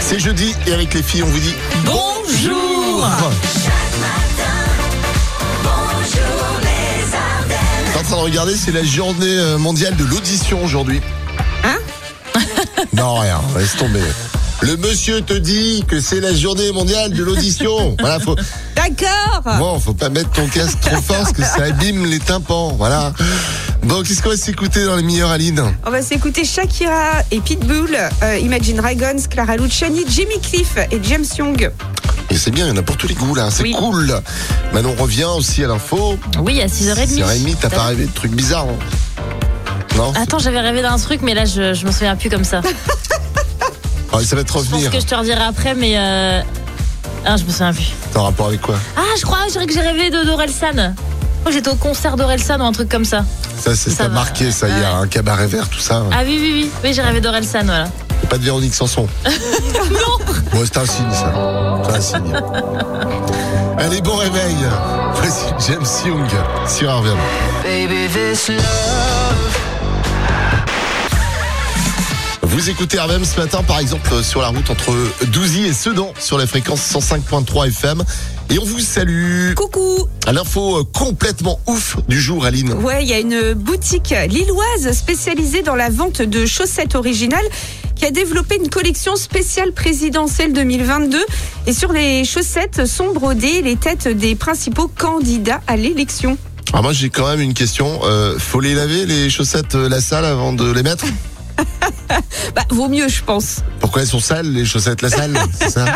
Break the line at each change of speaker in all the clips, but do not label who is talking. C'est jeudi et avec les filles, on vous dit
Bonjour
T'es en train de regarder, c'est la journée euh, mondiale de l'audition aujourd'hui.
Hein
Non, rien, laisse tomber. Le monsieur te dit que c'est la journée mondiale de l'audition. Voilà, faut,
D'accord
bon, faut pas mettre ton casque trop fort parce que ça abîme les tympans. Voilà. Bon, qu'est-ce qu'on va s'écouter dans les meilleurs Aline
On va s'écouter Shakira et Pitbull, euh, Imagine Dragons, Clara Luciani, Jimmy Cliff et James Young.
Et c'est bien, il y en a pour tous les goûts là, c'est
Oui.
cool. Manon revient aussi à l'info.
Oui, à 6h30.
6h30, t'as pas rêvé de trucs bizarres hein Non
Attends, j'avais rêvé d'un truc, mais là, je, je me souviens plus comme ça.
Ah, Ça va te
Je pense
revenir.
que je te redirai après, mais. euh, Ah, je me souviens plus.
T'es en rapport avec quoi
Ah, je crois, je dirais que j'ai rêvé de d'Orelsan. Je crois que J'étais au concert d'Orelsan ou un truc comme ça.
Ça, c'est
Ça
ça
va.
marqué, ça, hier,
Ouais.
un cabaret vert, tout ça.
Ah oui, oui, oui. Oui, j'ai rêvé d'Orelsan, voilà.
Et Pas de Véronique Sanson. non Bon, c'est un signe, ça. C'est un signe. Allez, bon réveil. Voici James Young sur Arvian.
Baby, this love.
Vous écoutez RVM ce matin, par exemple, euh, sur la route entre Douzy et Sedan, sur la fréquence 105.3 FM. Et on vous salue.
Coucou
À l'info euh, complètement ouf du jour, Aline.
Ouais, il y a une boutique lilloise spécialisée dans la vente de chaussettes originales qui a développé une collection spéciale présidentielle 2022. Et sur les chaussettes sont brodées les têtes des principaux candidats à l'élection.
Alors Ah, moi, j'ai quand même une question. Euh, faut les laver, les chaussettes, euh, la salle, avant de les mettre
Bah, vaut mieux, je pense.
Pourquoi elles sont sales, les chaussettes, la salle C'est ça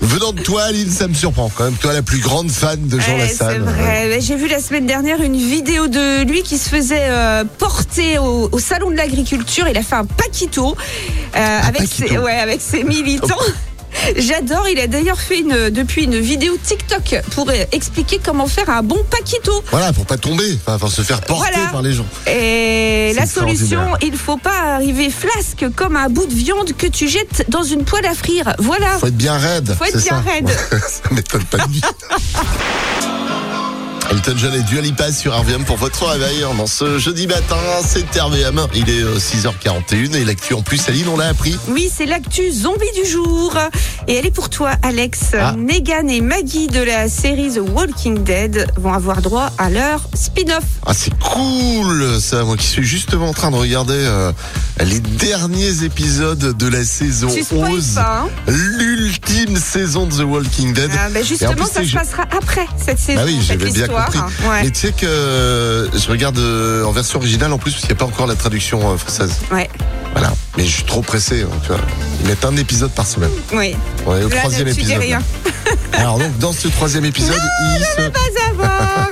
Venant de toi, Aline, ça me surprend quand même. Toi, la plus grande fan de Jean
Ouais, Eh, C'est
Lassalle.
vrai. Mais J'ai vu la semaine dernière une vidéo de lui qui se faisait euh, porter au, au salon de l'agriculture. Il a fait un paquito, euh, avec, Ses,
paquito. Oh.
ouais, avec ses militants. J'adore, il a d'ailleurs fait une, depuis une vidéo TikTok pour euh, expliquer comment faire un bon paquito.
Voilà, pour pas tomber, enfin, pour se faire porter
Voilà.
par les gens.
Et
C'est
la solution,
extraordinaire.
il faut pas arriver flasque comme un bout de viande que tu jettes dans une poêle à frire. Voilà.
Faut être bien raide.
Faut être
c'est
bien
ça.
raide.
ça m'étonne pas de lui. Elton John et Dua Lipa sur RVM pour votre réveil en ce jeudi matin. C'est RVM. Il est euh, 6h41 et l'actu en plus, Aline, on l'a appris.
Oui, c'est l'actu zombie du jour. Et elle est pour toi, Alex.
Ah.
Megan et Maggie de la série The Walking Dead vont avoir droit à leur spin-off.
Ah, c'est cool ça, moi qui suis justement en train de regarder euh, les derniers épisodes de la saison
Tu spoil
11,
pas, hein
l'ultime saison de The Walking Dead.
Ah, bah
Et en
Justement,
plus,
ça
c'est
se
que-
passera après cette saison.
Bah oui,
cette
j'avais bien
histoire.
compris.
Ouais.
Mais tu sais que euh, je regarde euh, en version originale en plus, parce qu'il n'y a pas encore la traduction euh, française.
Ouais,
Voilà. Mais je suis trop pressé, hein, tu vois. Ils mettent un épisode par semaine.
oui.
On est au
Là,
troisième
tu dis
épisode.
rien.
là. Alors donc, dans ce troisième épisode, il se...
Pas avoir.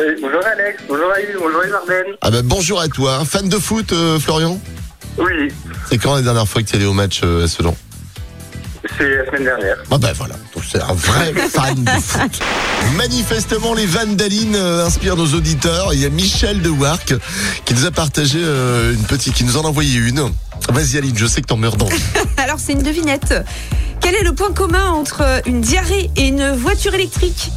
Euh, bonjour Alex, bonjour Aïe, bonjour Marden.
Ah bah, bonjour à toi. Fan de foot, euh, Florian
Oui,
C'est quand la dernière fois que tu es allé au match euh, à Sedan
c'est la semaine dernière.
Ah ben voilà, donc c'est un vrai fan de foot. Manifestement, les vandalines euh, inspirent nos auditeurs. Il y a Michel de Warc qui nous a partagé euh, une petite, qui nous en a envoyé une. Vas-y Aline, je sais que t'en meurs d'envie.
Alors, c'est une devinette. Quel est le point commun entre une diarrhée et une voiture électrique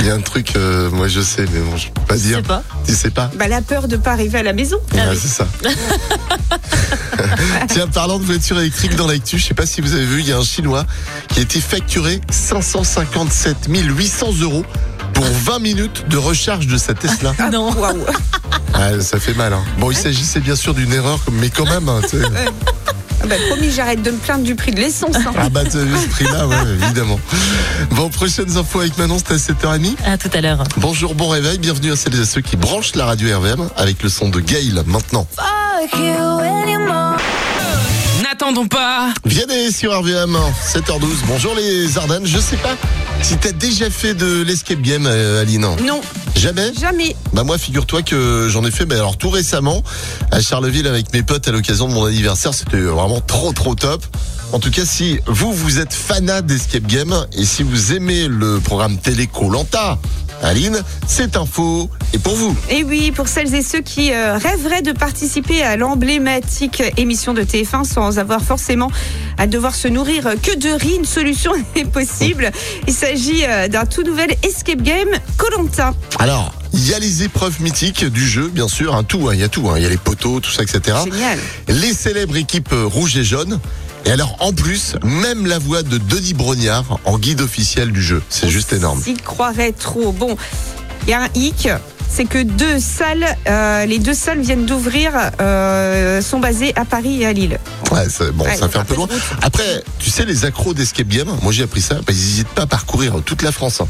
Il y a un truc, euh, moi je sais, mais bon, je peux pas
Je
dire.
sais pas. Ah
Tu sais pas
Bah, la peur de pas arriver à la maison.
Ouais, c'est ça. Tiens, parlant de voitures électriques dans l'actu, je sais pas si vous avez vu, il y a un Chinois qui a été facturé 557 800 euros pour 20 minutes de recharge de sa Tesla.
non.
Waouh.
Ah, ça fait mal. Hein. Bon, il s'agissait bien sûr d'une erreur, mais quand même. hein, tu sais.
Ah bah, promis, j'arrête de me plaindre du prix de l'essence. hein.
ah bah, tu as vu ce prix-là, ouais, évidemment. Bon, prochaines infos avec Manon, c'est à 7h30.
À tout à l'heure.
Bonjour, bon réveil, bienvenue à celles et ceux qui branchent la radio RVM avec le son de Gail maintenant.
N'attendons pas.
Vianney sur RVM, 7h12. Bonjour les Ardennes. Je sais pas si t'as déjà fait de l'escape game, euh, Aline.
Non,
Jamais
jamais.
Bah moi, figure-toi que j'en ai fait, mais alors tout récemment, à Charleville avec mes potes à l'occasion de mon anniversaire, c'était vraiment trop trop top. En tout cas, si vous, vous êtes fanat d'Escape Game et si vous aimez le programme télé Colanta, Aline, cette info est pour vous.
Et oui, pour celles et ceux qui euh, rêveraient de participer à l'emblématique émission de TF1 sans avoir forcément à devoir se nourrir que de riz, une solution est possible. Il s'agit euh, d'un tout nouvel escape game Colanta.
Alors, Il y a les épreuves mythiques du jeu, bien sûr, hein, tout, hein, il y a tout, hein, il y a les poteaux, tout ça, etc.
Génial.
Les célèbres équipes euh, rouges et jaunes. Et alors, en plus, même la voix de Denis Brognard en guide officiel du jeu. C'est juste énorme.
S'il croirait trop. Bon, il y a un hic, c'est que deux salles, euh, les deux salles viennent d'ouvrir, euh, sont basées à Paris et à Lille.
Ouais, ça, bon,
Ouais,
ça fait un peu
de
loin.
route.
Après, tu sais, les accros d'escape game, moi j'ai appris ça, bah, ils n'hésitent pas à parcourir toute la France. hein.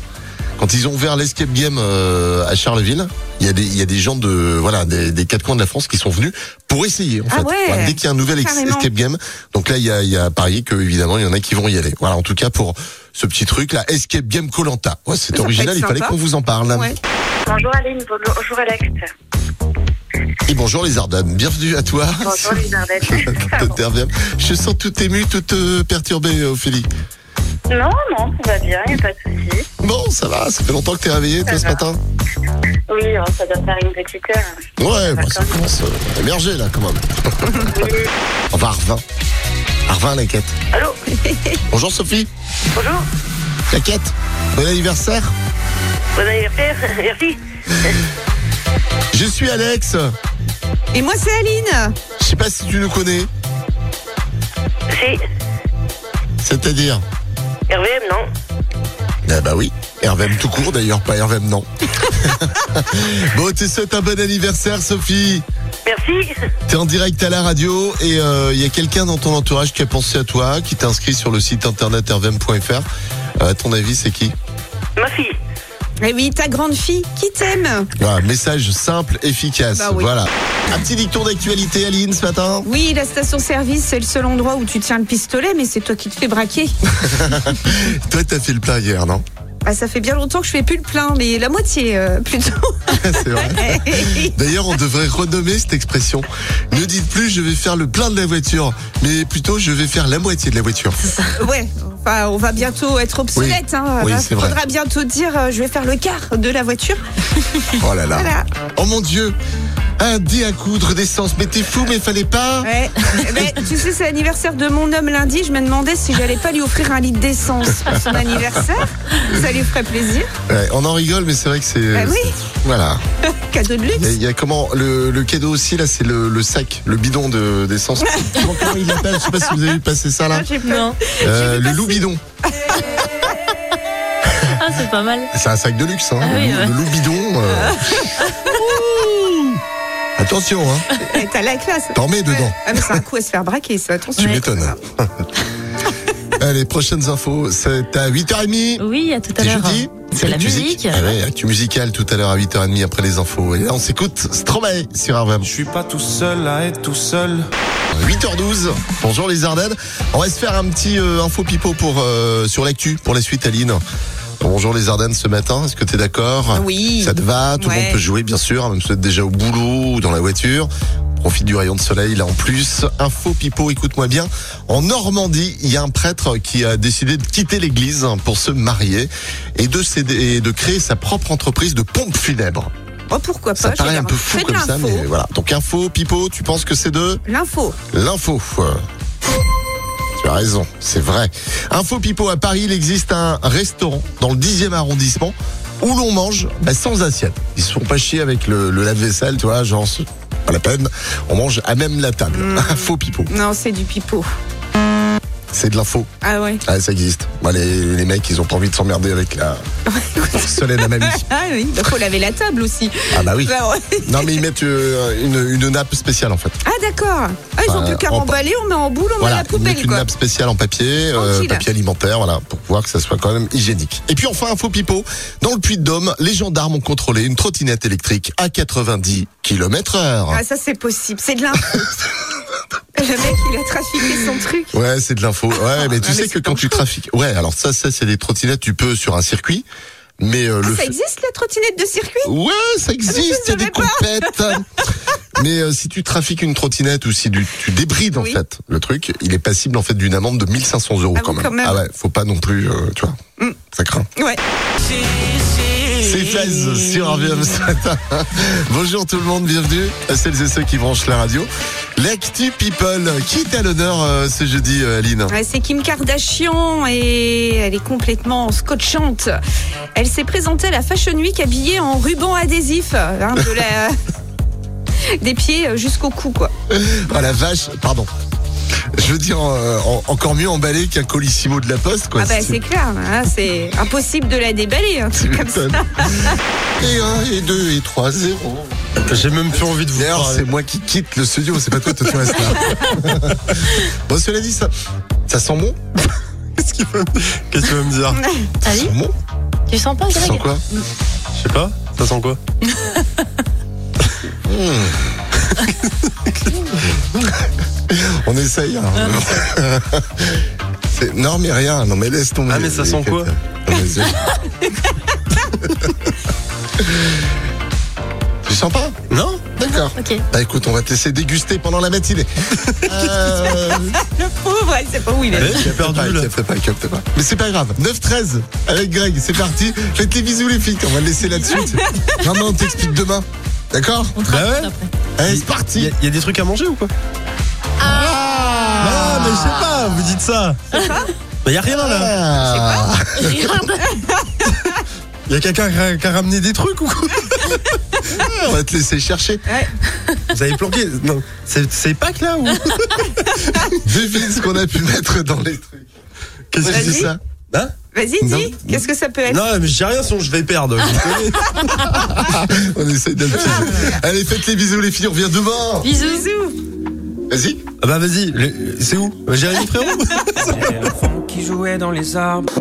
Quand ils ont ouvert l'escape game euh, à Charleville, il y, a des- il y a des gens de voilà des, des quatre coins de la France qui sont venus pour essayer. En
Ah
fait.
ouais.
Voilà, dès qu'il y a un nouvel ex-
Carrément.
escape game, donc là il y a, il y a à parier que évidemment il y en a qui vont y aller. Voilà, en tout cas pour ce petit truc là, escape game Colanta. Ouais, c'est
Ça peut
original.
être
Il fallait
sympa.
qu'on vous en parle.
Ouais.
Bonjour Aline, bonjour Alex.
Et bonjour les Ardennes, bienvenue à toi.
Bonjour les Ardennes.
T'interviens. Je sens tout ému, tout euh, perturbé, Ophélie.
non, non, tout va bien, il n'y a pas de souci.
Bon, ça va, ça fait longtemps que t'es réveillé, toi,
Ça
ce
va.
matin
Oui, hein, ça doit faire une petite heure.
Ouais, bah, ça
D'accord.
commence euh, à émerger, là, quand même. On va à Arvin. Arvin, la quête.
Allô
Bonjour, Sophie.
Bonjour,
La quête. Bon anniversaire.
bon anniversaire, merci.
Je suis Alex.
Et moi, c'est Aline.
Je sais pas si tu nous connais.
Si,
C'est-à-dire
RVM, non
Ah bah oui. Hervem tout court, d'ailleurs, pas Hervem, non. bon, tu souhaites un bon anniversaire, Sophie.
Merci,
T'es en direct à la radio et euh, il y a quelqu'un dans ton entourage qui a pensé à toi, qui t'a inscrit sur le site internet rvm.fr. Euh, à ton avis, c'est qui
ma fille.
Et Eh oui, ta grande fille qui t'aime.
Voilà, Ah, message simple, efficace.
Bah oui.
Voilà. Un petit dicton d'actualité, Aline, ce matin.
Oui, la station-service, c'est le seul endroit où tu tiens le pistolet, mais c'est toi qui te fais braquer.
Toi, t'as fait le plein hier, non
Ah, ça fait bien longtemps que je fais plus le plein, mais la moitié euh, plutôt.
C'est vrai. D'ailleurs, on devrait renommer cette expression. Ne dites plus je vais faire le plein de la voiture, mais plutôt je vais faire la moitié de la voiture.
ouais. Enfin, on va bientôt être obsolète. Il hein.
Oui,
Bah,
c'est vrai.
faudra bientôt dire euh, je vais faire le quart de la voiture.
Oh là là.
Voilà.
Oh mon Dieu. Un dé à coudre d'essence. Mais t'es fou, mais fallait pas.
Ouais. Mais, tu sais, c'est l'anniversaire de mon homme lundi. Je me demandais si j'allais pas lui offrir un litre d'essence pour son anniversaire. Ça lui ferait plaisir.
Ouais, on en rigole, mais c'est vrai que c'est.
Bah oui.
c'est- Voilà.
Cadeau de
Il y a-
luxe.
il y, a comment le, le cadeau aussi là, c'est le, le sac, le bidon de d'essence. comment, comment il l'appelle Je sais pas si vous avez vu passer ça là.
Ah, j'ai pas-
Non.
Euh, le loup bidon.
Ah, c'est pas mal.
C'est un sac de luxe, hein.
Ah oui,
le,
ouais.
loup bidon. euh. Ouh. Attention, hein.
Eh, T'as la classe.
T'en mets dedans.
Ah, mais c'est un coup à se faire braquer, ça. Attention.
Tu m'étonnes. Allez, prochaines infos. C'est à 8h30.
Oui, à tout à
C'est
l'heure.
jeudi.
C'est la
Actu
musique.
Ah ouais, actu musicale tout à l'heure à 8h30 après les infos. Et là, on s'écoute Stromae sur RVM.
Je suis pas tout seul à être tout seul.
8h12. Bonjour les Ardennes. On va se faire un petit euh, info pipo pour euh, sur l'actu pour la suite Aline. Bonjour les Ardennes ce matin, est-ce que t'es d'accord
Oui.
Ah, Ça te va, tout le
Ouais.
monde peut jouer bien sûr, hein, même si vous êtes déjà au boulot ou dans la voiture. Profite du rayon de soleil là en plus. Info pipo, écoute-moi bien. En Normandie, il y a un prêtre qui a décidé de quitter l'église pour se marier et de, céder- et de créer sa propre entreprise de pompes funèbres.
Oh, pourquoi pas
Ça
je
paraît un
regarde.
peu fou
Faites
comme ça,
l'info.
mais voilà. Donc info pipo, tu penses que c'est de
L'info.
L'info. euh, Tu as raison, c'est vrai. Info Pipo à Paris, il existe un restaurant dans le 10e arrondissement où l'on mange bah, sans assiette. Ils se font pas chier avec le, le lave-vaisselle, tu vois, genre c'est pas la peine. On mange à même la table. Info Pipo,
Non, c'est du pipeau.
c'est de l'info.
Ah ouais.
Ah, ça existe. Bah, les, les mecs, ils ont pas envie de s'emmerder avec la porcelaine à mamie.
Ah oui, il faut laver la table aussi.
Ah bah oui.
Bah ouais.
Non mais ils mettent euh, une, une nappe spéciale en fait.
Ah d'accord. Ah, ils ont
Bah,
plus qu'à
en-
remballer, on met en boule, on met à la
ils
poubelle
mettent une
quoi.
nappe spéciale en papier, euh,
Tranquille.
papier alimentaire, voilà, pour pouvoir que ça soit quand même hygiénique. Et puis enfin, info pipo, dans le Puy-de-Dôme, les gendarmes ont contrôlé une trottinette électrique à 90 km heure.
Ah ça c'est possible, c'est de l'info. Le mec il a trafiqué son truc.
Ouais, c'est de l'info. Ouais, mais tu
Ah, mais
sais
c'est
que quand tu trafiques, ouais, alors ça, ça c'est des trottinettes, tu peux sur un circuit, mais euh,
Ah,
le
ça
fait-
existe Ah, la trottinette de circuit
Ouais, ça existe, il y a des compètes. Mais euh, si tu trafiques une trottinette ou si du- tu débrides en
Oui.
fait le truc, il est passible en fait d'une amende de 1500 euros
Ah oui, Mm.
quand, même.
quand même.
Ah ouais, faut pas non plus, euh, tu vois, ça craint.
Ouais.
Si, si.
C'est Fez sur RVM ce matin. Bonjour tout le monde, bienvenue à celles et ceux qui branchent la radio. L'actu People, qui est à l'honneur euh, ce jeudi, euh, Aline
Ouais, C'est Kim Kardashian et elle est complètement scotchante. Elle s'est présentée à la Fashion Week habillée en ruban adhésif, hein, de la- des pieds euh, jusqu'au cou, quoi.
Ah la vache, pardon. Je veux dire, euh, en- encore mieux emballé qu'un colissimo de la poste, quoi.
Ah bah
si tu
c'est clair, hein, c'est impossible de la déballer, un truc comme ça.
Et 1, et 2, et 3, 0.
J'ai même plus envie de vous
D'ailleurs,
parler.
c'est moi qui quitte le studio, c'est pas toi, toi tu restes là. bon, cela dit, ça, ça sent bon
Qu'est-ce qu'il veut- qu'est-ce qu'il veut me dire
Ah
T'as
Ça
dit
sent bon
Tu sens pas,
Ça sent
Greg
quoi
Je sais pas. Ça sent quoi
On essaye. hein. C'est- non, mais rien, non, mais laisse tomber.
Ah, mais ça sent quoi
Non, mais c'est- Tu sens pas
Non
D'accord.
Ok.
Bah écoute, on va te laisser déguster pendant la matinée. Euh,
Le pauvre, elle sait Oh, pas où il est.
Eh, J'ai perdu
pas,
là.
capte pas, capte pas. Mais c'est pas grave. 9-13 avec Greg, c'est parti. Faites les bisous les filles, on va le laisser là-dessus. non, non, on t'explique demain. D'accord
On te
Bah
raconte
ouais.
après.
Allez, c'est parti.
Y a, y a des trucs à manger ou quoi Ah, mais je sais pas, vous dites ça. Bah, y a rien là.
Ah.
Y a quelqu'un qui a- qui a ramené des trucs ou quoi
on va te laisser chercher.
Vous avez planqué Non, c'est c'est Pâques là ou
Devine ce qu'on a pu mettre dans les trucs.
Qu'est-ce
Ouais,
que
je dis
c'est
ça
Hein
Vas-y, dis, qu'est-ce que ça peut être
Non, mais j'ai rien, sinon je vais perdre. vous savez.
On essaye d'être petit. Allez, faites les bisous les filles, on revient demain.
Bisous.
Vas-y.
Ah bah vas-y, le- c'est où Jérémy frérot
Enfant qui jouait dans les arbres.